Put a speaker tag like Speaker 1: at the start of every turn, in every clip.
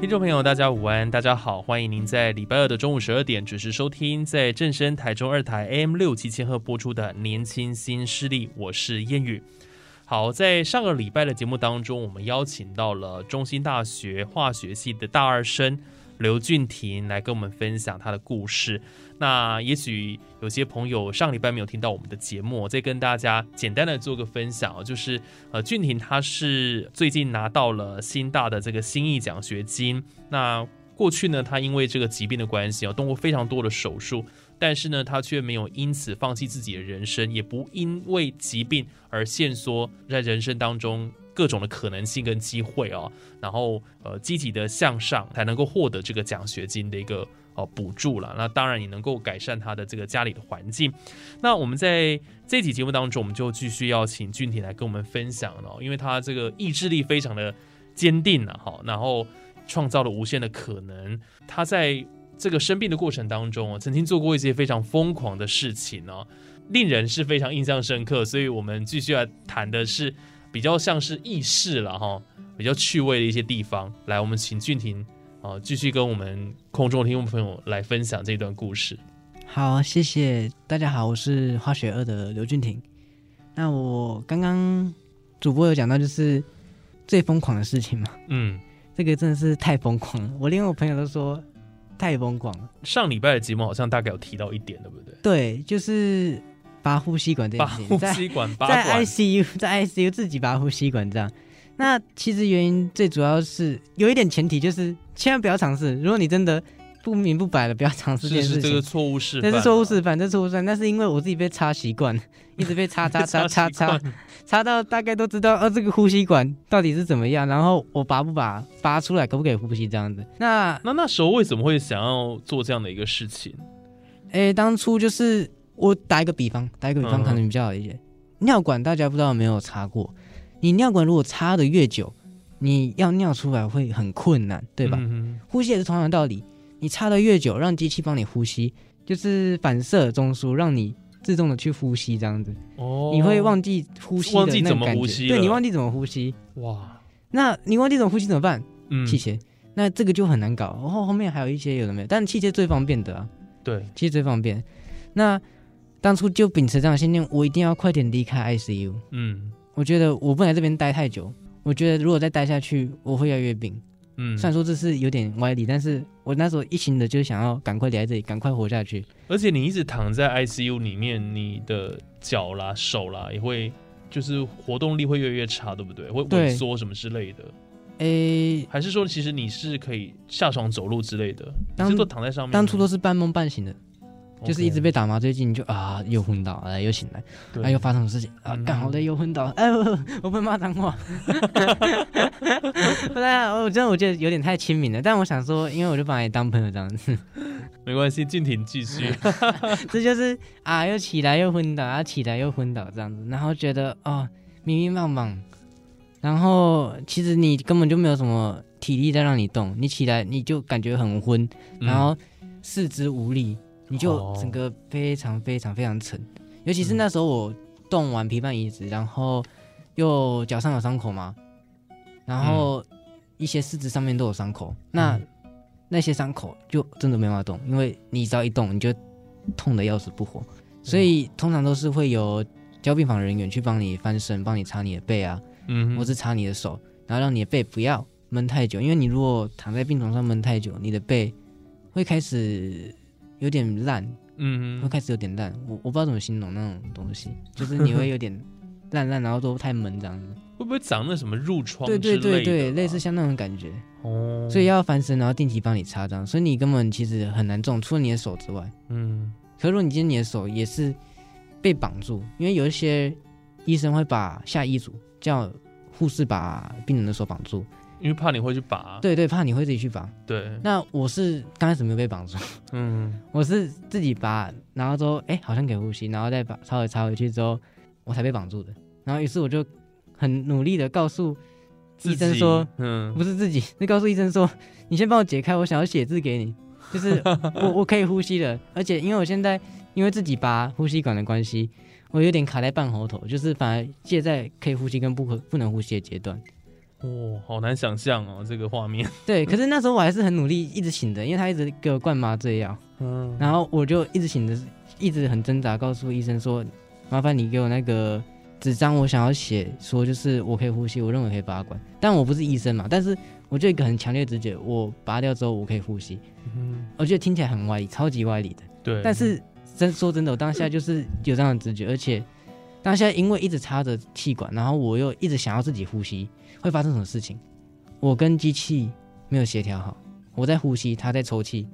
Speaker 1: 听众朋友，大家午安，大家好，欢迎您在礼拜二的中午十二点准时收听，在正声台中二台 AM 六七千赫播出的《年轻新势力》，我是燕宇。好，在上个礼拜的节目当中，我们邀请到了中兴大学化学系的大二生刘俊廷来跟我们分享他的故事。那也许有些朋友上礼拜没有听到我们的节目，我再跟大家简单的做个分享哦，就是呃，俊廷他是最近拿到了新大的这个新意奖学金。那过去呢，他因为这个疾病的关系哦，动过非常多的手术，但是呢，他却没有因此放弃自己的人生，也不因为疾病而限缩在人生当中各种的可能性跟机会哦，然后呃，积极的向上，才能够获得这个奖学金的一个。哦，补助了，那当然也能够改善他的这个家里的环境。那我们在这期节目当中，我们就继续要请俊廷来跟我们分享了哦，因为他这个意志力非常的坚定了哈，然后创造了无限的可能。他在这个生病的过程当中哦，曾经做过一些非常疯狂的事情哦，令人是非常印象深刻。所以我们继续来谈的是比较像是轶事了哈，比较趣味的一些地方。来，我们请俊廷哦，继续跟我们空中的听众朋友来分享这段故事。
Speaker 2: 好，谢谢大家好，我是化学二的刘俊廷。那我刚刚主播有讲到，就是最疯狂的事情嘛，
Speaker 1: 嗯，
Speaker 2: 这个真的是太疯狂了，我连我朋友都说太疯狂了。
Speaker 1: 上礼拜的节目好像大概有提到一点，对不对？
Speaker 2: 对，就是拔呼吸管这件
Speaker 1: 拔
Speaker 2: 事
Speaker 1: 呼
Speaker 2: 情，在
Speaker 1: 吸 管，拔
Speaker 2: 在
Speaker 1: 管，
Speaker 2: ICU 在 ICU 自己拔呼吸管这样。那其实原因最主要是有一点前提，就是千万不要尝试。如果你真的不明不白的，不要尝试
Speaker 1: 是
Speaker 2: 这件
Speaker 1: 是
Speaker 2: 事
Speaker 1: 这
Speaker 2: 情。
Speaker 1: 个错误示
Speaker 2: 那
Speaker 1: 范，啊
Speaker 2: 是错误示范，这是错误示范。那是因为我自己被插习惯了，一直被 插插插插插，插到大概都知道，呃，这个呼吸管到底是怎么样，然后我拔不拔，拔出来可不可以呼吸这样子。那
Speaker 1: 那那时候为什么会想要做这样的一个事情？
Speaker 2: 诶，当初就是我打一个比方，打一个比
Speaker 1: 嗯
Speaker 2: 方可能比较好一些。尿管大家不知道有没有插过，你尿管如果插的越久，你要尿出来会很困难，对吧？
Speaker 1: 嗯
Speaker 2: 呼吸也是同样的道理，你插的越久，让机器帮你呼吸，就是反射中枢，让你自动的去呼吸这样子，
Speaker 1: 哼哦，
Speaker 2: 你会忘记呼吸的
Speaker 1: 忘记怎
Speaker 2: 那种
Speaker 1: 么
Speaker 2: 感
Speaker 1: 呼
Speaker 2: 觉，
Speaker 1: 吸
Speaker 2: 对
Speaker 1: 了
Speaker 2: 你忘记怎么呼吸，
Speaker 1: 哇，
Speaker 2: 那你忘记怎么呼吸怎么办？
Speaker 1: 嗯，
Speaker 2: 器械，那这个就很难搞。然后后面还有一些有的没有，但器械最方便的啊，
Speaker 1: 对，
Speaker 2: 器械最方便。那当初就秉持这样的信念，我一定要快点离开 ICU。
Speaker 1: 嗯
Speaker 2: 我觉得我不能在这边待太久，我觉得如果再待下去，我会越来越病。
Speaker 1: 嗯，
Speaker 2: 虽然说这是有点歪理，但是我那时候一心的就是想要赶快离开这里，赶快活下去。
Speaker 1: 而且你一直躺在 ICU 里面，你的脚啦、手啦也会。就是活动力会越来越差，对不对？会
Speaker 2: 对
Speaker 1: 萎缩什么之类的，
Speaker 2: 诶、
Speaker 1: 还是说其实你是可以下床走路之类的？你
Speaker 2: 当
Speaker 1: 是都躺在上面吗，
Speaker 2: 当初都是半梦半醒的，
Speaker 1: 嗯 OK
Speaker 2: 就是一直被打麻醉剂，你就啊又昏倒，哎又醒来，
Speaker 1: 对
Speaker 2: 哎又发生什么事情啊？
Speaker 1: 嗯
Speaker 2: 干好累又昏倒，哎我 我被骂脏话。不然我真的我觉得有点太亲民了，但我想说，因为我就把你当朋友这样子，
Speaker 1: 没关系，静婷继 续。
Speaker 2: 这就是啊又起来又昏倒，啊起来又昏倒这样子，然后觉得哦迷迷茫茫，然后其实你根本就没有什么体力在让你动，你起来你就感觉很昏，然后四肢无力，你就整个非常非常非常沉。尤其是那时候我动完皮瓣移植，然后又脚上有伤口嘛，然后一些四肢上面都有伤口，那那些伤口就真的没办法动，因为你只要一动你就痛的要死不活，所以通常都是会有交病房人员去帮你翻身，帮你擦你的背啊，
Speaker 1: 嗯，嗯
Speaker 2: 或是擦你的手，然后让你的背不要闷太久，因为你如果躺在病床上闷太久，你的背会开始有点烂，
Speaker 1: 嗯
Speaker 2: 会
Speaker 1: 哼，
Speaker 2: 开始有点烂。我我不知道怎么形容那种东西，就是你会 有点烂烂，然后都太闷这样子。
Speaker 1: 会不会长那什么褥疮
Speaker 2: 对对对对，类
Speaker 1: 类啊
Speaker 2: 似像那种感觉，
Speaker 1: 哦，
Speaker 2: 所以要翻身，然后定期帮你擦这样，所以你根本其实很难中，除了你的手之外。
Speaker 1: 嗯
Speaker 2: 可如果你今天你的手也是被绑住，因为有一些医生会把下医嘱叫护士把病人的手绑住，
Speaker 1: 因为怕你会去拔，
Speaker 2: 对对，怕你会自己去绑。
Speaker 1: 对，
Speaker 2: 那我是刚开始没有被绑住，
Speaker 1: 嗯，
Speaker 2: 我是自己拔，然后之后哎、好像给呼吸，然后再把稍微插回去之后，我才被绑住的。然后于是我就很努力的告诉
Speaker 1: 自
Speaker 2: 医生
Speaker 1: 己
Speaker 2: 说，，
Speaker 1: 嗯
Speaker 2: 不是自己， 是告诉医生说，你先帮我解开，我想要写字给你，就是我我可以呼吸了，而且因为我现在因为自己拔呼吸管的关系，我有点卡在半喉头，就是反而介在可以呼吸跟不可不能呼吸的阶段。
Speaker 1: 哦，好难想象哦，这个画 面，
Speaker 2: 对，可是那时候我还是很努力，一直醒着，因为他一直给我灌麻醉药，
Speaker 1: 嗯，
Speaker 2: 然后我就一直醒着，一直很挣扎，告诉医生说，麻烦你给我那个纸张，我想要写说就是我可以呼吸，我认为可以拔管，但我不是医生嘛，但是我就有一个很强烈的直觉，我拔掉之后我可以呼吸，
Speaker 1: 嗯
Speaker 2: 我觉得听起来很歪理，超级歪理的，
Speaker 1: 对，
Speaker 2: 但是真说真的，我当下就是有这样的直觉，而且当下因为一直插着气管，然后我又一直想要自己呼吸，会发生什么事情？我跟机器没有协调好，我在呼吸，它在抽气。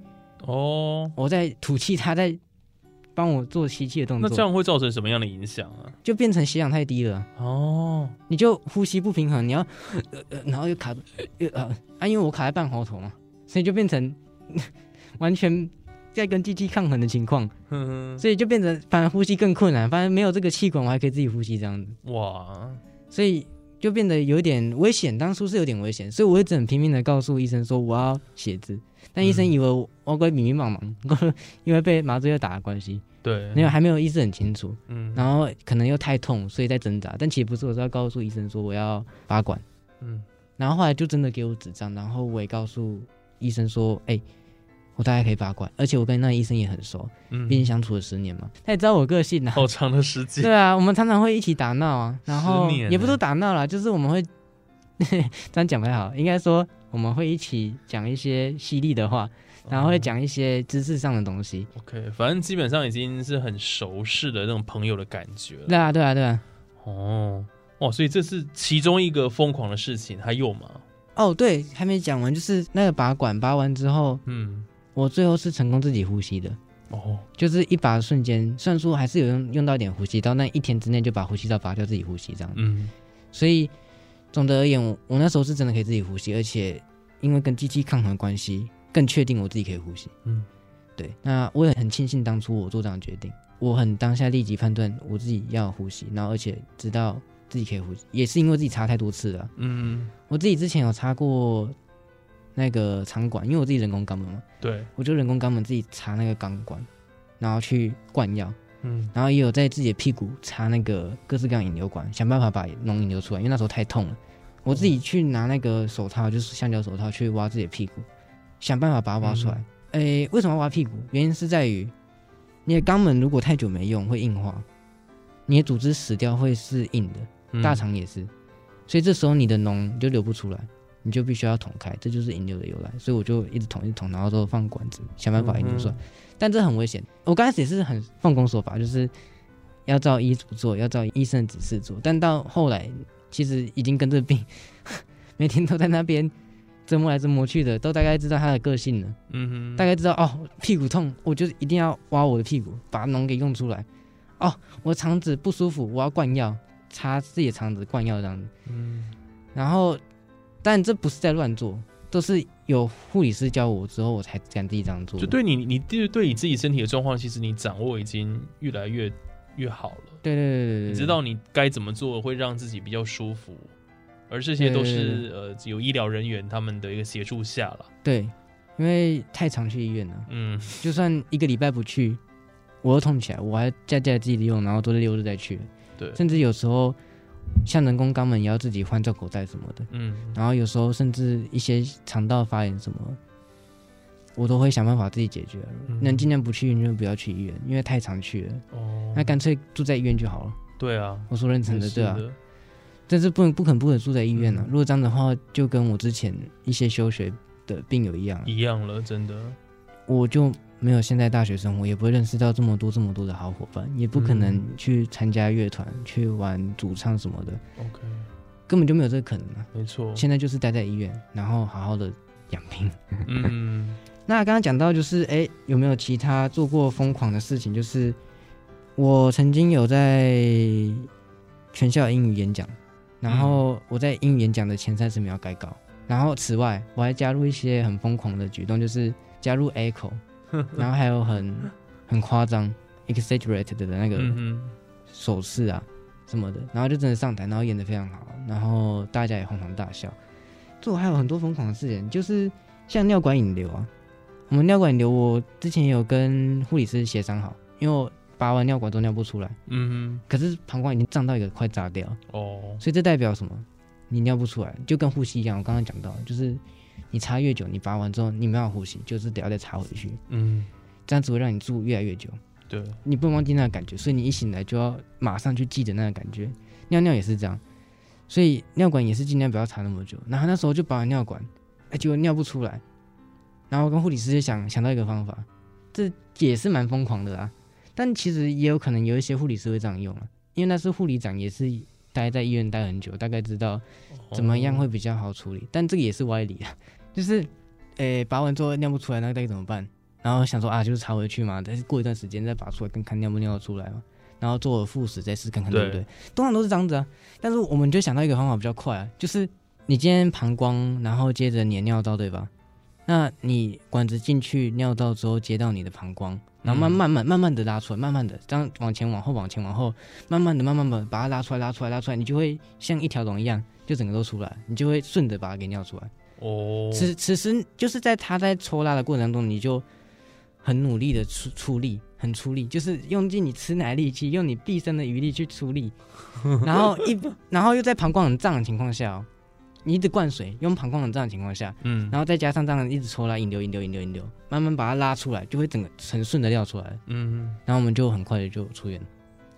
Speaker 1: 哦，
Speaker 2: 我在吐气，他在帮我做吸气的动
Speaker 1: 那
Speaker 2: 作，
Speaker 1: 这样会造成什么样的影响啊？
Speaker 2: 就变成血氧太低了啊，
Speaker 1: 哦，
Speaker 2: 你就呼吸不平衡，你要，呃呃、然后又卡，呃呃啊，因为我卡在半喉头嘛，所以就变成 完全在跟机器抗衡的情况，
Speaker 1: 哼
Speaker 2: 所以就变成反而呼吸更困难，反而没有这个气管，我还可以自己呼吸这样子，
Speaker 1: 哼， 哇，
Speaker 2: 所以。就变得有点危险，当初是有点危险，所以我一直很拼命的告诉医生说我要写字，但医生
Speaker 1: 嗯
Speaker 2: 以为我我鬼迷迷茫茫， 因为被麻醉药打的关系，
Speaker 1: 对，
Speaker 2: 没有还没有意识很清楚，
Speaker 1: 嗯，
Speaker 2: 然后可能又太痛，所以在挣扎。但其实不是，我是要告诉医生说我要拔管。
Speaker 1: 嗯
Speaker 2: 然后后来就真的给我纸张，然后我也告诉医生说，哎、我大概可以拔管，而且我跟那个医生也很熟，
Speaker 1: 嗯，
Speaker 2: 毕竟相处了十年嘛，他也知道我个性啊。
Speaker 1: 好长的时间，
Speaker 2: 对啊，我们常常会一起打闹啊，然后
Speaker 1: 十年
Speaker 2: 也不是说打闹啦，就是我们会 这样讲不太好，应该说我们会一起讲一些犀利的话，然
Speaker 1: 哦
Speaker 2: 后会讲一些知识上的东西。
Speaker 1: OK，反正基本上已经是很熟识的那种朋友的感觉了。
Speaker 2: 对啊，对啊，对啊。
Speaker 1: 哦，哇，所以这是其中一个疯狂的事情，还有吗？
Speaker 2: 哦，对，还没讲完，就是那个拔管拔完之后，
Speaker 1: 嗯，
Speaker 2: 我最后是成功自己呼吸的，
Speaker 1: 哦，
Speaker 2: 就是一拔的瞬间，虽然说还是有用用到一点呼吸道，但一天之内就把呼吸道拔掉，自己呼吸这样。
Speaker 1: 嗯，
Speaker 2: 所以总的而言，我我那时候是真的可以自己呼吸，而且因为跟机器抗衡的关系，更确定我自己可以呼吸。
Speaker 1: 嗯，
Speaker 2: 对，那我也很庆幸当初我做这样的决定，我很当下立即判断我自己要呼吸，然后而且知道自己可以呼吸，也是因为自己擦太多次了啊。
Speaker 1: 嗯，
Speaker 2: 我自己之前有插过那个肠管，因为我自己人工肛门嘛，
Speaker 1: 对，
Speaker 2: 我就人工肛门自己插那个钢管，然后去灌药，
Speaker 1: 嗯，
Speaker 2: 然后也有在自己的屁股插那个各式各样的引流管，想办法把脓引流出来，因为那时候太痛了。我自己去拿那个手套，就是橡胶手套去挖自己的屁股，想办法把它挖出来。诶、为什么要挖屁股？原因是在于你的肛门如果太久没用会硬化，你的组织死掉会是硬的。
Speaker 1: 嗯
Speaker 2: 大，肠也是，所以这时候你的脓就流不出来，你就必须要捅开，这就是引流的由来。所以我就一直捅，一直捅，然后都放管子，想办法引流出来。
Speaker 1: 嗯
Speaker 2: 但这很危险。我刚开始也是很奉公守法，就是要照医嘱做，要照医生的指示做。但到后来，其实已经跟这病 每天都在那边折磨来折磨去的，都大概知道他的个性了。
Speaker 1: 嗯哼，
Speaker 2: 大概知道哦，屁股痛，我就一定要挖我的屁股，把脓给用出来。哦，我肠子不舒服，我要灌药，擦自己的肠子灌药这样子。
Speaker 1: 嗯，
Speaker 2: 然后，但这不是在乱做，都是有护理师教我之后，我才敢自己这样做。
Speaker 1: 就对你，你对对你自己身体的状况，其实你掌握已经越来越越好了，
Speaker 2: 对对对对对，
Speaker 1: 你知道你该怎么做会让自己比较舒服，而这些都是呃有医疗人员他们的一个协助下了，
Speaker 2: 对，因为太常去医院了，
Speaker 1: 嗯，
Speaker 2: 就算一个礼拜不去，我又痛起来，我还加加自己利用，然后都是六日再去，
Speaker 1: 对，
Speaker 2: 甚至有时候像人工肛门也要自己换造口袋什么的。
Speaker 1: 嗯，
Speaker 2: 然后有时候甚至一些肠道发炎什么，我都会想办法自己解决。
Speaker 1: 嗯
Speaker 2: 能尽量不去医院就不要去医院，因为太常去了，
Speaker 1: 哦，
Speaker 2: 那干脆住在医院就好了。
Speaker 1: 对啊，
Speaker 2: 我说认真的，
Speaker 1: 是
Speaker 2: 对啊，
Speaker 1: 的
Speaker 2: 但是不能不肯不肯住在医院了、啊
Speaker 1: 嗯
Speaker 2: 如果这样的话，就跟我之前一些休学的病友一样啊，
Speaker 1: 一样了，真的。
Speaker 2: 我就没有现在大学生活，也不会认识到这么多这么多的好伙伴，也不可能
Speaker 1: 嗯
Speaker 2: 去参加乐团、去玩主唱什么的，
Speaker 1: OK，
Speaker 2: 根本就没有这个可能啊。
Speaker 1: 没错，
Speaker 2: 现在就是待在医院，然后好好的养病。
Speaker 1: 嗯
Speaker 2: 那刚刚讲到就是，哎，有没有其他做过疯狂的事情？就是我曾经有在全校英语演讲，然后我在英语演讲的前三十秒改稿，然后此外我还加入一些很疯狂的举动，就是加入 echo，然后还有很很夸张 exaggerate 的那个
Speaker 1: 嗯哼，
Speaker 2: 手势啊什么的，然后就真的上台，然后演的非常好，然后大家也哄堂大笑。这我还有很多疯狂的事情，就是像尿管引流啊，我们尿管引流，我之前也有跟护理师协商好，因为我拔完尿管都尿不出来，
Speaker 1: 嗯
Speaker 2: 可是膀胱已经胀到一个快炸掉，
Speaker 1: 哼，哦，
Speaker 2: 所以这代表什么？你尿不出来，就跟呼吸一样，我刚刚讲到，就是你插越久，你拔完之后你没办法呼吸，就是得要再插回去，
Speaker 1: 嗯，
Speaker 2: 这样子会让你住越来越久。
Speaker 1: 对，
Speaker 2: 你不能忘记那个感觉，所以你一醒来就要马上去记得那个感觉。尿尿也是这样，所以尿管也是尽量不要插那么久。然后那时候就拔完尿管，哎，结果尿不出来，然后跟护理师就想想到一个方法，这也是蛮疯狂的啊。但其实也有可能有一些护理师会这样用啊，因为那是护理长也是待在医院待很久，大概知道
Speaker 1: 哦
Speaker 2: 怎么样会比较好处理。但这个也是歪理啊， 就是，诶、拔完之后尿不出来，那该怎么办？然后想说啊，就是插回去嘛，但是过一段时间再拔出来，看看尿不尿得出来嘛。然后做了复试再试看看对不对
Speaker 1: 对？
Speaker 2: 通常都是这样子啊。但是我们就想到一个方法比较快啊，就是你今天膀胱，然后接着你的尿道，对吧？那你管子进去尿道之后接到你的膀胱，然后慢
Speaker 1: 嗯
Speaker 2: 慢慢慢慢的拉出来，慢慢的这样往前往后往前往后，慢慢的慢慢的把它拉出来拉出来拉出来，你就会像一条龙一样，就整个都出来，你就会顺着把它给尿出来。
Speaker 1: 哦，
Speaker 2: 此此时就是在他在抽拉的过程当中，你就很努力的出出力，很出力，就是用尽你吃奶力气，用你毕生的余力去出 力，然后一然后又在膀胱很胀的情况下、哦，你一直灌水，用膀胱很胀的情况下，
Speaker 1: 嗯
Speaker 2: 然后再加上这样一直抽拉引流引流引流引流，慢慢把它拉出来，就会整个很顺的尿出来，
Speaker 1: 嗯，
Speaker 2: 然后我们就很快的就出院了。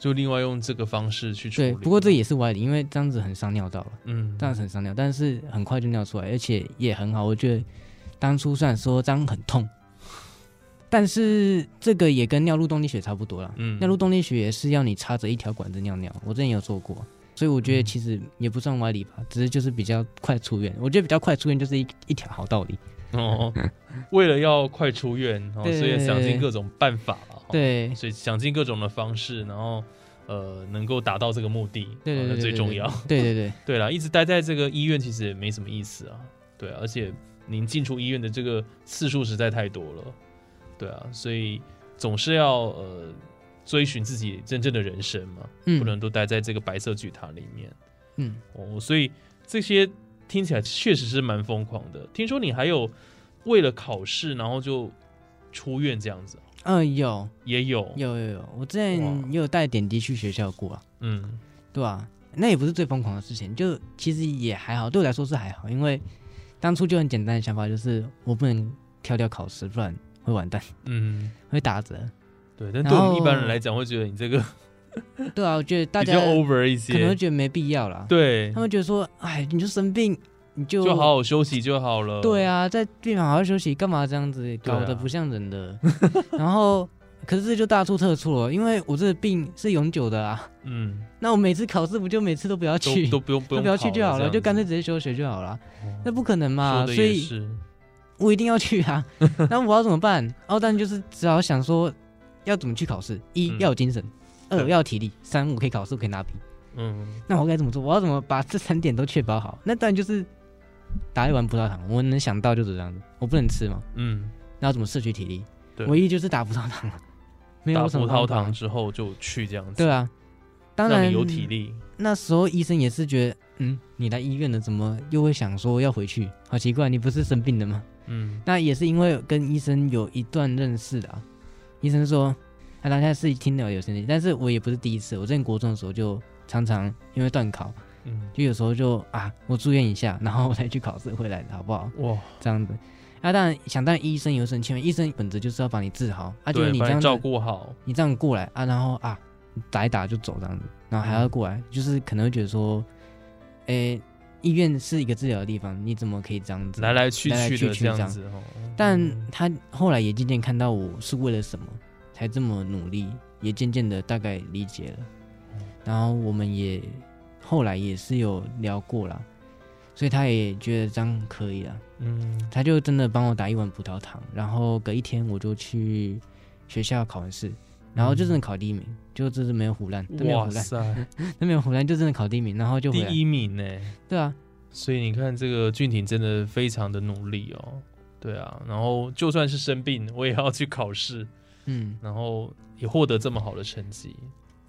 Speaker 1: 就另外用这个方式去处理。
Speaker 2: 对，不过这也是歪理，因为这样子很伤尿道了。
Speaker 1: 嗯，
Speaker 2: 当然是很伤尿，但是很快就尿出来，而且也很好。我觉得当初虽然说这样很痛，但是这个也跟尿路动力学差不多啦。
Speaker 1: 嗯
Speaker 2: 尿路动力学也是要你插着一条管子尿尿，我之前有做过，所以我觉得其实也不算歪理吧，只是就是比较快出院。我觉得比较快出院就是一一条好道理。
Speaker 1: 哦， 为了要快出院，哦，所
Speaker 2: 对
Speaker 1: 以想尽各种办法了。哦，
Speaker 2: 对
Speaker 1: 所以想尽各种的方式，然后呃，能够达到这个目的，哦
Speaker 2: 对对对
Speaker 1: 那
Speaker 2: 对
Speaker 1: 最重要。
Speaker 2: 对对对，
Speaker 1: 对啦，一直待在这个医院其实也没什么意思啊。对啊，而且您进出医院的这个次数实在太多了。对啊，所以总是要呃追寻自己真正的人生嘛，
Speaker 2: 嗯，
Speaker 1: 不能都待在这个白色巨塔里面。
Speaker 2: 嗯，
Speaker 1: 哦，所以这些听起来确实是蛮疯狂的。听说你还有为了考试，然后就出院这样子，哦
Speaker 2: 嗯、有
Speaker 1: 也有，
Speaker 2: 有有有，我之
Speaker 1: 哇
Speaker 2: 前也有带点滴去学校过啊。
Speaker 1: 嗯
Speaker 2: 对啊，那也不是最疯狂的事情，就其实也还好，对我来说是还好，因为当初就很简单的想法就是我不能跳掉考试，不然会完蛋，
Speaker 1: 嗯，
Speaker 2: 会打折。
Speaker 1: 对。但
Speaker 2: 然
Speaker 1: 对我们一
Speaker 2: 后
Speaker 1: 般人来讲，会觉得你这个
Speaker 2: 对啊，我觉得大
Speaker 1: 比
Speaker 2: 家
Speaker 1: 较
Speaker 2: 可
Speaker 1: over 一
Speaker 2: 能会
Speaker 1: 些，
Speaker 2: 觉得没必要啦，
Speaker 1: 对
Speaker 2: 他，们觉得说，哎，你就生病，你就
Speaker 1: 就好。好休息就好了。
Speaker 2: 对，啊，在病房好好休息，干嘛这样子
Speaker 1: 对啊
Speaker 2: 搞得不像人的？ 然后，可是这就大错特错了，因为我这个病是永久的啊。
Speaker 1: 嗯，
Speaker 2: 那我每次考试不就每次都不要
Speaker 1: 都
Speaker 2: 去，
Speaker 1: 都不用不
Speaker 2: 都
Speaker 1: 用
Speaker 2: 不要去就好
Speaker 1: 这
Speaker 2: 了，
Speaker 1: 样
Speaker 2: 就
Speaker 1: 子
Speaker 2: 干脆直接休学就好了。
Speaker 1: 哦
Speaker 2: 那不可能嘛，
Speaker 1: 说的
Speaker 2: 所
Speaker 1: 也
Speaker 2: 以
Speaker 1: 是，
Speaker 2: 我一定要去 啊。那我要怎么办？哦，但就是只好想说要怎么去考试：一、
Speaker 1: 嗯
Speaker 2: 要有精神，二
Speaker 1: 对
Speaker 2: 要有体力，三我可以考试，我可以拿笔。
Speaker 1: 嗯，
Speaker 2: 那我该怎么做？我要怎么把这三点都确保好？那当然就是打一碗葡萄糖，我能想到就是这样子。我不能吃嘛，
Speaker 1: 嗯，
Speaker 2: 那要怎么摄取体力
Speaker 1: 对？
Speaker 2: 唯一就是打葡萄糖了， 没
Speaker 1: 打
Speaker 2: 有什
Speaker 1: 葡
Speaker 2: 么
Speaker 1: 萄
Speaker 2: 方法
Speaker 1: 糖。之后就去这样子，
Speaker 2: 对，啊，当
Speaker 1: 让
Speaker 2: 然
Speaker 1: 你有体。力，
Speaker 2: 那时候医生也是觉得，嗯，你来医院了，怎么又会想说要回去？好奇怪，你不是生病了吗？
Speaker 1: 嗯
Speaker 2: 那也是因为跟医生有一段认识的、啊，医生说啊他当下是听了有生气，但是我也不是第一次，我在国中的时候就常常因为断考，
Speaker 1: 嗯，
Speaker 2: 就有时候就啊，我住院一下，然后我再去考试回来的好不好？
Speaker 1: 哇，
Speaker 2: 这样子。啊，当然想当然医生有生气嘛，医生本质就是要把你治好，啊，就是
Speaker 1: 对，
Speaker 2: 你这
Speaker 1: 把
Speaker 2: 样
Speaker 1: 你照
Speaker 2: 子，
Speaker 1: 顾好，
Speaker 2: 你这样过来啊，然后啊
Speaker 1: 嗯
Speaker 2: 打一打就走这样子，然后还要过来，就是可能会觉得说，诶、医院是一个治疗的地方，你怎么可以这样子？
Speaker 1: 来来去
Speaker 2: 来来
Speaker 1: 去
Speaker 2: 去
Speaker 1: 的
Speaker 2: 去
Speaker 1: 这
Speaker 2: 这
Speaker 1: 样
Speaker 2: 样
Speaker 1: 子哦。
Speaker 2: 但
Speaker 1: 嗯
Speaker 2: 他后来也渐渐看到我是为了什么才这么努力，也渐渐的大概理解了。然后我们也后来也是有聊过啦，所以他也觉得这样可以了，
Speaker 1: 嗯
Speaker 2: 他就真的帮我打一碗葡萄糖，然后隔一天我就去学校考完试，然后就真的考第一名，就真是没有胡乱，都没有
Speaker 1: 哇
Speaker 2: 胡乱，
Speaker 1: 塞，
Speaker 2: 都没有胡乱，就真的考第一名，然后就
Speaker 1: 第
Speaker 2: 回来，
Speaker 1: 一名呢、
Speaker 2: 对啊，
Speaker 1: 所以你看，这个俊廷真的非常的努力哦。对啊，然后就算是生病，我也要去考试，
Speaker 2: 嗯，
Speaker 1: 然后也获得这么好的成绩。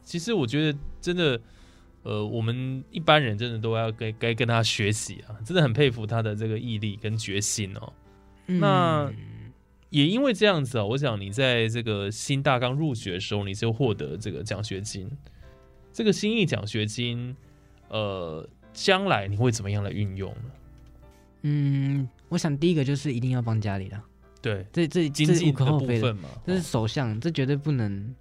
Speaker 1: 其实我觉得真的，呃，我们一般人真的都要该该跟他学习啊，真的很佩服他的这个毅力跟决心哦。
Speaker 2: 嗯
Speaker 1: 那也因为这样子啊，我想你在这个新大纲入学的时候，你就获得这个奖学金。这个新意奖学金，呃，将来你会怎么样来运用呢？
Speaker 2: 嗯，我想第一个就是一定要帮家里啦。
Speaker 1: 对，
Speaker 2: 这这
Speaker 1: 经
Speaker 2: 这
Speaker 1: 济
Speaker 2: 无可
Speaker 1: 的
Speaker 2: 厚
Speaker 1: 部
Speaker 2: 非的，
Speaker 1: 分嘛，
Speaker 2: 这是
Speaker 1: 哦
Speaker 2: 首相，这绝对不能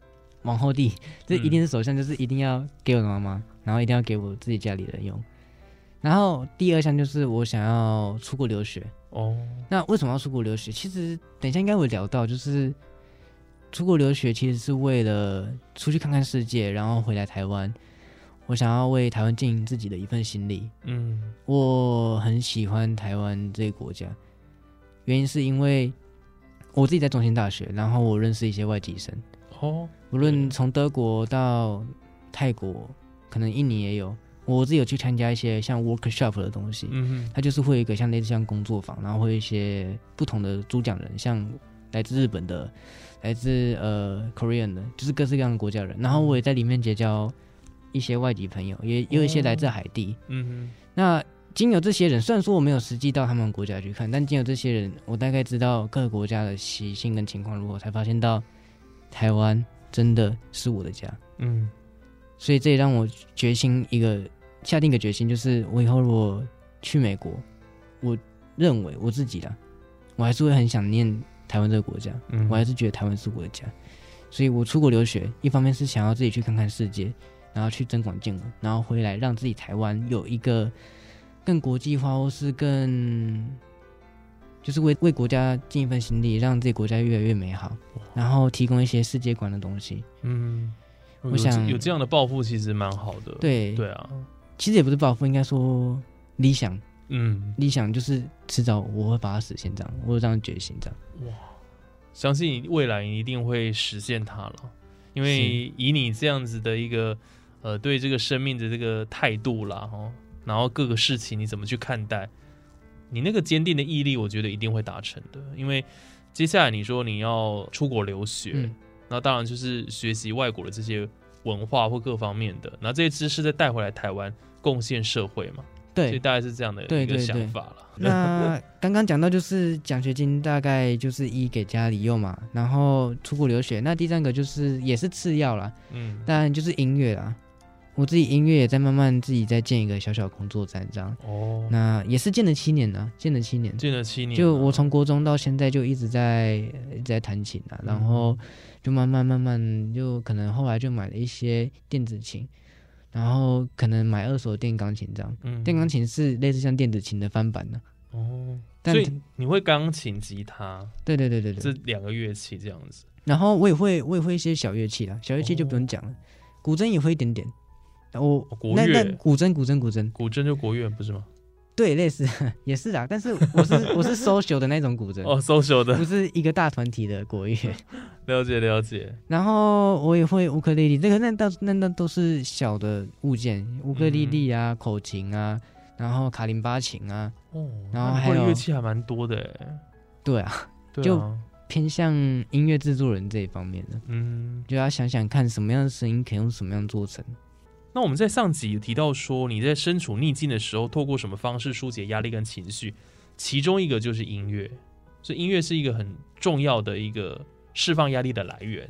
Speaker 2: 往后递，这一定是首相，就是一定要给我的妈妈，然后一定要给我自己家里人用。然后第二项就是我想要出国留学。
Speaker 1: 哦，
Speaker 2: 那为什么要出国留学？其实等一下应该会聊到，就是出国留学其实是为了出去看看世界，然后回来台湾。我想要为台湾尽自己的一份心力，
Speaker 1: 嗯
Speaker 2: 我很喜欢台湾这个国家，原因是因为我自己在中心大学，然后我认识一些外籍生，
Speaker 1: 哦，
Speaker 2: 无论从德国到泰国，可能印尼也有，我自己有去参加一些像 workshop 的东西，
Speaker 1: 嗯
Speaker 2: 它就是会有一个像类似像工作坊，然后会有一些不同的主讲人，像来自日本的，来自呃 Korean 的，就是各式各样的国家人，然后我也在里面结交一些外籍朋友，也也有一些来自海地。
Speaker 1: 哼嗯
Speaker 2: 那经由这些人，虽然说我没有实际到他们国家去看，但经由这些人，我大概知道各个国家的习性跟情况如何，才发现到台湾真的是我的家。
Speaker 1: 哼嗯
Speaker 2: 所以这也让我决心一个下定一个决心，就是我以后如果去美国，我认为我自己啦，我还是会很想念台湾这个国家，
Speaker 1: 嗯，
Speaker 2: 我还是觉得台湾是我的家。所以我出国留学，一方面是想要自己去看看世界，然后去增广见闻，然后回来让自己台湾有一个更国际化，或是更就是为为国家尽一份心力，让自己国家越来越美好，然后提供一些世界观的东西。
Speaker 1: 嗯，
Speaker 2: 我
Speaker 1: 有这
Speaker 2: 想
Speaker 1: 有这样的抱负其实蛮好的，
Speaker 2: 对，
Speaker 1: 对啊，
Speaker 2: 其实也不是抱负，应该说理想，
Speaker 1: 嗯，
Speaker 2: 理想就是迟早我会把它实现，这样，我有这样的决心，这样。
Speaker 1: 相信你未来你一定会实现它了，因为以你这样子的一个呃对这个生命的这个态度啦，哦，然后各个事情你怎么去看待，你那个坚定的毅力，我觉得一定会达成的。因为接下来你说你要出国留学，
Speaker 2: 嗯
Speaker 1: 那当然就是学习外国的这些文化或各方面的，然后这些知识再带回来台湾贡献社会嘛，所以
Speaker 2: 对，
Speaker 1: 大概是这样的
Speaker 2: 对
Speaker 1: 一个
Speaker 2: 对
Speaker 1: 想
Speaker 2: 对
Speaker 1: 法了。
Speaker 2: 那刚刚讲到就是奖学金，大概就是一给家里用嘛，然后出国留学。那第三个就是也是次要啦，
Speaker 1: 嗯，
Speaker 2: 当然就是音乐啦。我自己音乐也在慢慢自己在建一个小小工作站，这样。
Speaker 1: 哦，
Speaker 2: 那也是建了七年呢，建了七年。
Speaker 1: 进了七年了，
Speaker 2: 就我从国中到现在就一直在一直在弹琴啊，然后就慢慢慢慢就可能后来就买了一些电子琴，然后可能买二手电钢琴这样。
Speaker 1: 嗯
Speaker 2: 电钢琴是类似像电子琴的翻版的、
Speaker 1: 哦，
Speaker 2: 但
Speaker 1: 所以你会钢琴、吉他
Speaker 2: 对对对对
Speaker 1: 这
Speaker 2: 对。
Speaker 1: 两个乐器这样子。
Speaker 2: 然后我也会我也会一些小乐器啦，小乐器就不用讲了，古筝也会一点点。我
Speaker 1: 哦国
Speaker 2: 那
Speaker 1: 乐
Speaker 2: 那古筝古筝古筝，
Speaker 1: 古筝就国乐不是吗？
Speaker 2: 对，类似 也是啦，但是我是 我是 social 的那种古筝，
Speaker 1: 哦，social 嗯的
Speaker 2: 不是一个大团体的国乐。
Speaker 1: 了解了解。
Speaker 2: 然后我也会乌克丽丽，这个那到那那都是小的物件，乌克丽丽啊、
Speaker 1: 嗯
Speaker 2: 口琴啊，然后卡林巴琴啊，
Speaker 1: 哦，
Speaker 2: 然
Speaker 1: 那
Speaker 2: 后还有
Speaker 1: 会乐器还蛮多的哎。
Speaker 2: 对啊，
Speaker 1: 对啊
Speaker 2: 就偏向音乐制作人这一方面的，
Speaker 1: 嗯，
Speaker 2: 就要想想看什么样的声音可以用什么样做成。
Speaker 1: 那我们在上集有提到说，你在身处逆境的时候，透过什么方式疏解压力跟情绪？其中一个就是音乐，所以音乐是一个很重要的一个释放压力的来源。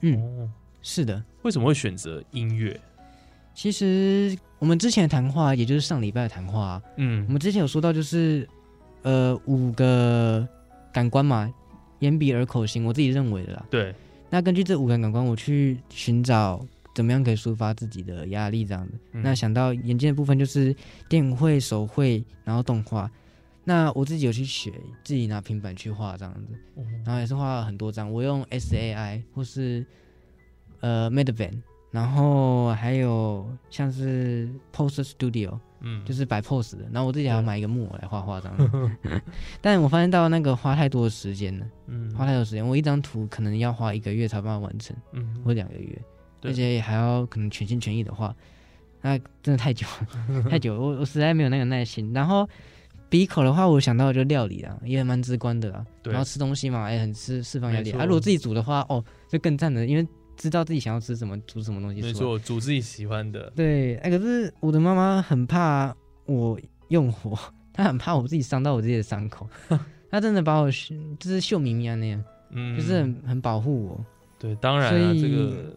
Speaker 2: 嗯
Speaker 1: 哦，
Speaker 2: 是的，
Speaker 1: 为什么会选择音乐？
Speaker 2: 其实我们之前的谈话，也就是上礼拜的谈话，我
Speaker 1: 嗯
Speaker 2: 们之前有说到就是，呃，五个感官嘛，眼、鼻、耳、口、心，我自己认为的啦。
Speaker 1: 对，
Speaker 2: 那根据这五个感官，我去寻找怎么样可以抒发自己的压力这样子。
Speaker 1: 嗯
Speaker 2: 那想到眼睛的部分就是电绘、手绘，然后动画。那我自己有去学，自己拿平板去画这样子，
Speaker 1: 哦
Speaker 2: 然后也是画了很多张。我用 SAI 或是呃 Medvan，然后还有像是 Poster Studio，
Speaker 1: 嗯，
Speaker 2: 就是摆 pose 的。然后我自己还要
Speaker 1: 对啊
Speaker 2: 买一个木偶来画画这样子。 但我发现到那个花太多的时间了，
Speaker 1: 嗯
Speaker 2: 花太多时间，我一张图可能要花一个月才有办法完成，
Speaker 1: 嗯
Speaker 2: 或两个月，
Speaker 1: 对
Speaker 2: 而且还要可能全心全意的画，那真的太久了， 太久了，我我实在没有那个耐心。然后鼻口的话，我想到就料理啊，也蛮直观的啊。
Speaker 1: 对
Speaker 2: 然后吃东西嘛，哎也很释释放压
Speaker 1: 没
Speaker 2: 力。
Speaker 1: 错
Speaker 2: 啊，如果自己煮的话，哦，就更赞了，因为知道自己想要吃什么，煮什么东西出来。
Speaker 1: 没错，煮自己喜欢的，
Speaker 2: 对，哎、可是我的妈妈很怕我用火， 她很怕我自己伤到我自己的伤 口，她真的把我秀就是秀明明啊那样，
Speaker 1: 嗯，
Speaker 2: 就是很很保护我，
Speaker 1: 对，当然啊，
Speaker 2: 所以
Speaker 1: 这个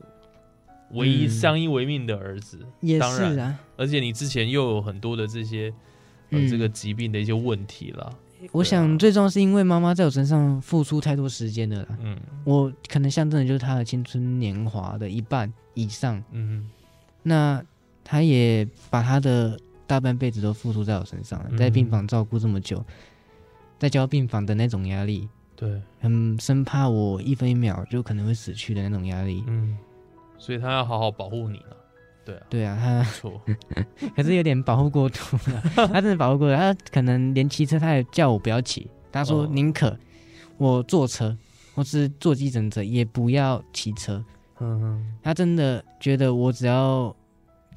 Speaker 1: 唯一
Speaker 2: 嗯
Speaker 1: 相依为命的儿子，
Speaker 2: 也
Speaker 1: 当然
Speaker 2: 是啊。
Speaker 1: 而且你之前又有很多的这些呃
Speaker 2: 嗯
Speaker 1: 这个疾病的一些问题啦，
Speaker 2: 我想最重要是因为妈妈在我身上付出太多时间了啦，
Speaker 1: 嗯
Speaker 2: 我可能象征的就是她的青春年华的一半以上，
Speaker 1: 嗯
Speaker 2: 那她也把她的大半辈子都付出在我身上了，在病
Speaker 1: 嗯
Speaker 2: 房照顾这么久，在交病房的那种压力，
Speaker 1: 对，
Speaker 2: 很生怕我一分一秒就可能会死去的那种压力。
Speaker 1: 嗯，所以他要好好保护你了，对啊，
Speaker 2: 对啊，
Speaker 1: 没
Speaker 2: 他
Speaker 1: 错，
Speaker 2: 可是有点保护过度了，他真的保护过度，他可能连骑车他也叫我不要骑，他说
Speaker 1: 哦
Speaker 2: 宁可我坐车或是坐计程车也不要骑车。
Speaker 1: 嗯
Speaker 2: 他真的觉得我只要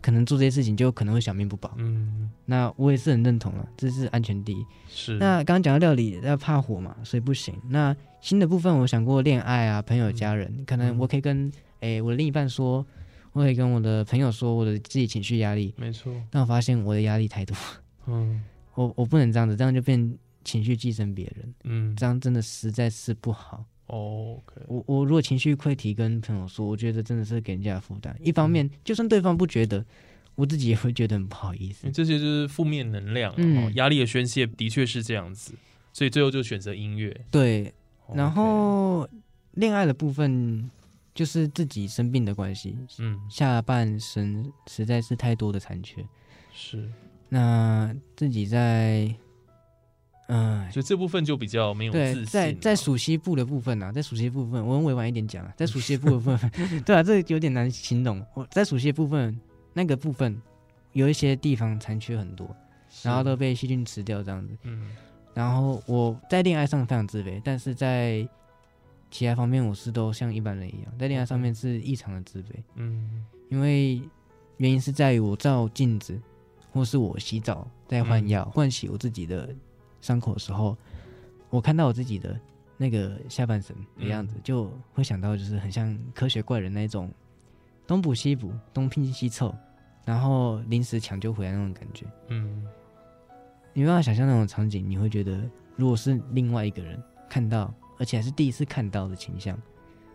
Speaker 2: 可能做这些事情就可能会小命不保，
Speaker 1: 嗯
Speaker 2: 那我也是很认同了，这是安全第一。
Speaker 1: 是，
Speaker 2: 那刚刚讲到料理，要怕火嘛，所以不行。那新的部分，我想过恋爱啊，朋友、家人，可能我可以跟诶、我的另一半说，我可以跟我的朋友说我的自己情绪压力，
Speaker 1: 没错，
Speaker 2: 但我发现我的压力太多，
Speaker 1: 嗯
Speaker 2: 我我不能这样子，这样就变情绪寄生别人，
Speaker 1: 嗯
Speaker 2: 这样真的实在是不好。
Speaker 1: ，OK，
Speaker 2: 我我如果情绪溃堤跟朋友说，我觉得真的是给人家负担。一方面，就算对方不觉得，我自己也会觉得很不好意
Speaker 1: 因为
Speaker 2: 思。
Speaker 1: 这些就是负面能量啊，
Speaker 2: 嗯
Speaker 1: 哦压力的宣泄的确是这样子，所以最后就选择音乐，
Speaker 2: 对，然
Speaker 1: OK，
Speaker 2: 后恋爱的部分就是自己生病的关系，
Speaker 1: 嗯
Speaker 2: 下半身实在是太多的残缺。
Speaker 1: 是。
Speaker 2: 那自己在，嗯、
Speaker 1: 所以这部分就比较没有
Speaker 2: 对，
Speaker 1: 自信啊
Speaker 2: 在
Speaker 1: 了。
Speaker 2: 在属西部的部分啊，在属西部部分，我很委婉一点讲啊，在属西部的 部分，对啊，这有点难形容。我在属西部分那个部分，有一些地方残缺很多，
Speaker 1: 是
Speaker 2: 然后都被细菌吃掉这样子。
Speaker 1: 嗯
Speaker 2: 然后我在恋爱上非常自卑，但是在其他方面我是都像一般人一样，在恋爱上面是异常的自卑。
Speaker 1: 嗯
Speaker 2: 因为原因是在于我照镜子，或是我洗澡在换药、换洗我自己的伤口的时候，我看到我自己的那个下半身的样子，就会想到就是很像科学怪人那种东补西补、东拼西凑，然后临时抢救回来那种感觉。
Speaker 1: 嗯
Speaker 2: 你没办法想象那种场景，你会觉得如果是另外一个人看到，而且还是第一次看到的倾向，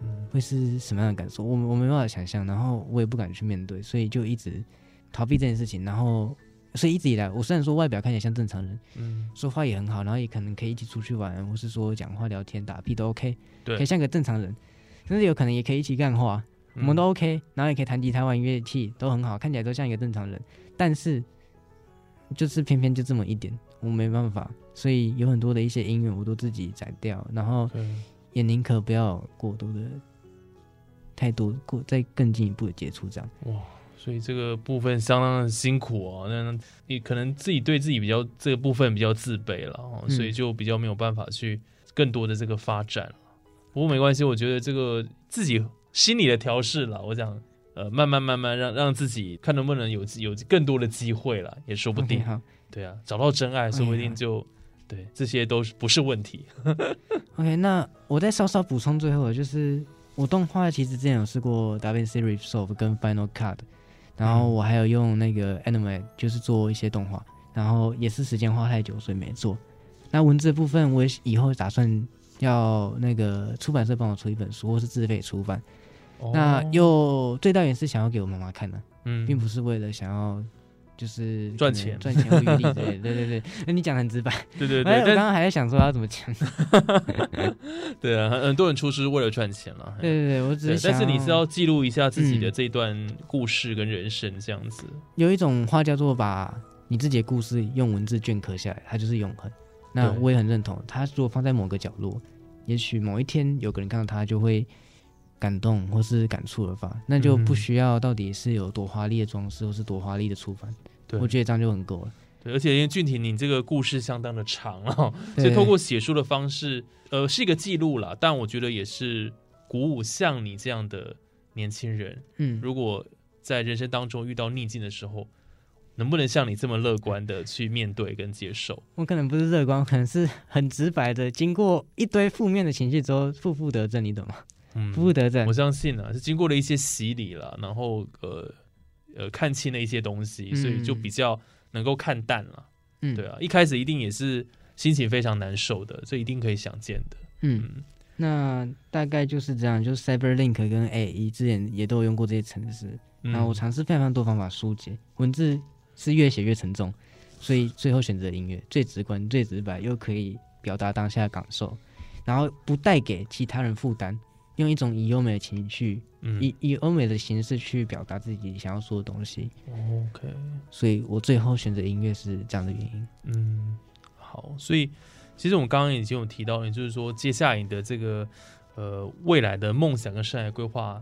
Speaker 1: 嗯
Speaker 2: 会是什么样的感受？我我没办法想象，然后我也不敢去面对，所以就一直逃避这件事情。然后，所以一直以来，我虽然说外表看起来像正常人，
Speaker 1: 嗯，
Speaker 2: 说话也很好，然后也可能可以一起出去玩，或是说讲话、聊天、打屁都 OK，
Speaker 1: 对
Speaker 2: 可以像个正常人，甚至有可能也可以一起干话，
Speaker 1: 嗯
Speaker 2: 我们都 OK，然后也可以弹吉他、玩乐器，都很好，看起来都像一个正常人。但是，就是偏偏就这么一点，我没办法，所以有很多的一些音乐我都自己宰掉，然后。
Speaker 1: 对
Speaker 2: 也宁可不要有过多的太多过再更进一步的接触，这样
Speaker 1: 哇，所以这个部分相当的辛苦哦。那你可能自己对自己比较这个部分比较自卑了、哦，
Speaker 2: 嗯
Speaker 1: 所以就比较没有办法去更多的这个发展了。不过没关系，我觉得这个自己心理的调试了，我想。呃，慢慢慢慢让让自己看能不能有有更多的机会了，也说不定。
Speaker 2: OK，好哎
Speaker 1: 对啊，找到真爱，说不定就、对这些都是不是问题。
Speaker 2: OK，那我再稍稍补充最后的就是，我动画其实之前有试过 DaVinci Resolve 跟 Final Cut，然
Speaker 1: 嗯
Speaker 2: 后我还有用那个 Anime 就是做一些动画，然后也是时间花太久，所以没做。那文字的部分，我也以后打算要那个出版社帮我出一本书，或是自费出版。那
Speaker 1: 哦
Speaker 2: 又最大原因是想要给我妈妈看的、
Speaker 1: 嗯
Speaker 2: 并不是为了想要就是可
Speaker 1: 赚
Speaker 2: 能
Speaker 1: 钱
Speaker 2: 赚钱无余力 之类的。对对对，那你讲得很直白。
Speaker 1: 对 对
Speaker 2: 哎，我
Speaker 1: 对，
Speaker 2: 刚
Speaker 1: 但
Speaker 2: 刚还在想说要怎 么讲。
Speaker 1: 对啊，很很多人出师是为了赚钱了。哎
Speaker 2: 对对对，我只
Speaker 1: 对
Speaker 2: 是，想，
Speaker 1: 但是你是要记录一下自己的
Speaker 2: 嗯
Speaker 1: 这一段故事跟人生这样子。
Speaker 2: 有一种话叫做把你自己的故事用文字镌刻下来，它就是永恒。那
Speaker 1: 对
Speaker 2: 我也很认同，它如果放在某个角落，也许某一天有个人看到它就会感动或是感触而发，那就
Speaker 1: 嗯
Speaker 2: 不需要到底是有多华丽的装饰或是多华丽的出版，
Speaker 1: 对
Speaker 2: 我觉得这样就很够了。
Speaker 1: 对，而且因为俊廷你这个故事相当的长哦，
Speaker 2: 对
Speaker 1: 所以透过写书的方式，呃，是一个记录啦，但我觉得也是鼓舞像你这样的年轻人，
Speaker 2: 嗯，
Speaker 1: 如果在人生当中遇到逆境的时候，能不能像你这么乐观的去面对跟接受？
Speaker 2: 我可能不是乐观，我可能是很直白的，经过一堆负面的情绪之后，负负得正，你懂吗？
Speaker 1: 嗯，
Speaker 2: 负负得正
Speaker 1: 我，相信啊，是经过了一些洗礼了，然后呃呃看清了一些东西，所以就比较能够看淡了。
Speaker 2: 嗯，
Speaker 1: 对啊，一开始一定也是心情非常难受的，这一定可以想见的。
Speaker 2: 嗯。
Speaker 1: 嗯，
Speaker 2: 那大概就是这样，就是 CyberLink 跟 AE 之前也都有用过这些程式，
Speaker 1: 嗯
Speaker 2: 那我尝试非常非常多方法疏解，文字是越写越沉重，所以最后选择音乐，最直观、最直白，又可以表达当下的感受，然后不带给其他人负担，用一种以优美的情绪，
Speaker 1: 嗯
Speaker 2: 以以欧美的形式去表达自己想要说的东西，
Speaker 1: 哦，OK，
Speaker 2: 所以我最后选择音乐是这样的原因。
Speaker 1: 嗯，好，所以其实我们刚刚已经有提到了，也就是说接下来你的这个呃未来的梦想跟生涯规划，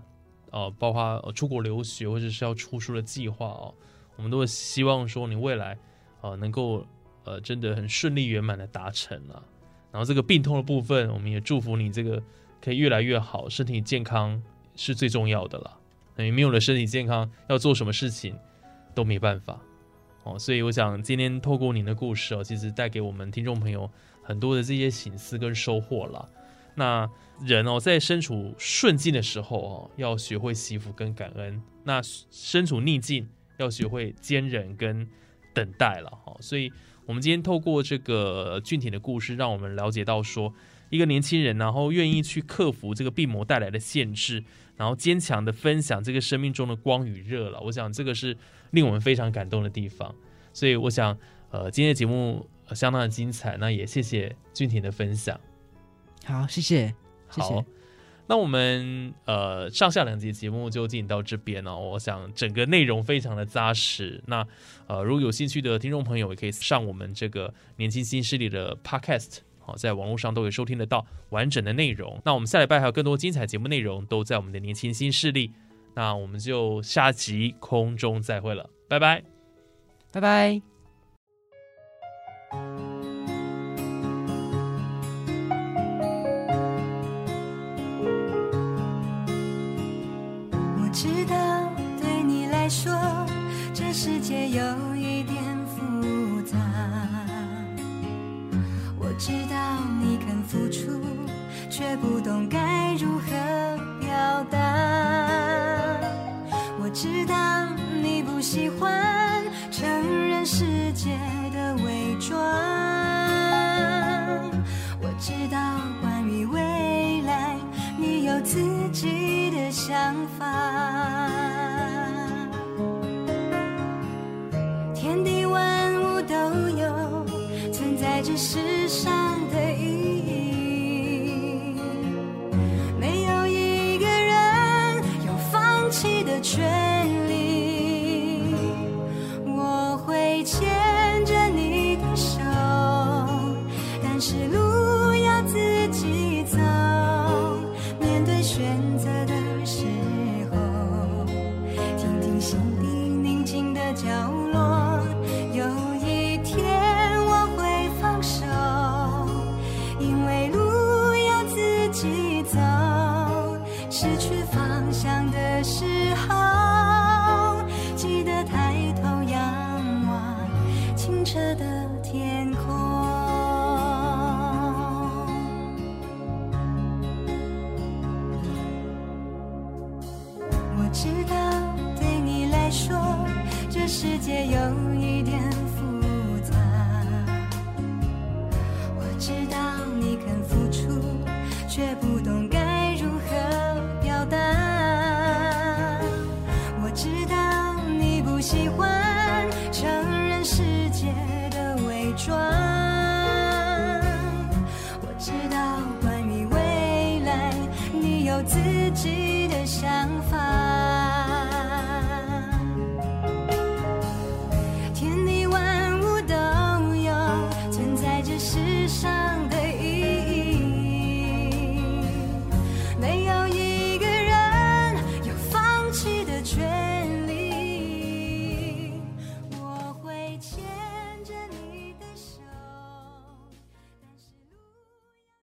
Speaker 1: 呃，包括、呃、出国留学或者是要出书的计划哦，我们都会希望说你未来呃能够呃真的很顺利圆满的达成啊。然后这个病痛的部分，我们也祝福你这个可以越来越好，身体健康是最重要的啦。那你没有了身体健康，要做什么事情都没办法。哦，所以我想今天透过您的故事哦，其实带给我们听众朋友很多的这些醒思跟收获啦。那人哦，在身处顺境的时候哦，要学会惜福跟感恩；那身处逆境，要学会坚忍跟等待了。哦，所以我们今天透过这个俊挺的故事，让我们了解到说，一个年轻人，然后愿意去克服这个病魔带来的限制，然后坚强的分享这个生命中的光与热了。我想这个是令我们非常感动的地方。所以我想，呃，今天的节目呃相当的精彩，那也谢谢俊廷的分享。
Speaker 2: 好，谢谢，谢谢
Speaker 1: 好，那我们呃上下两集节目就进行到这边哦。我想整个内容非常的扎实。那呃，如果有兴趣的听众朋友，也可以上我们这个年轻新势力的 Podcast。好，在网络上都可以收听得到完整的内容。那我们下礼拜还有更多精彩节目内容都在我们的年轻新势力。那我们就下集空中再会了，拜拜。
Speaker 2: 拜拜。
Speaker 3: 我知道对你来说，这世界有一点复杂。我知道你肯付出，却不懂该如何表达。我知道你不喜欢承认世界的伪装。我知道关于未来，你有自己的想法。天地万物都有存在这世上的意义，没有一个人有放弃的权利。我会牵着你的手，但是路要自己走。面对选择的时候，听听心底宁静的角落。有一天我会放手，因为路要自己走。失去方向的时候，记得抬头仰望清澈的天空。我知道对你来说，这世界有一点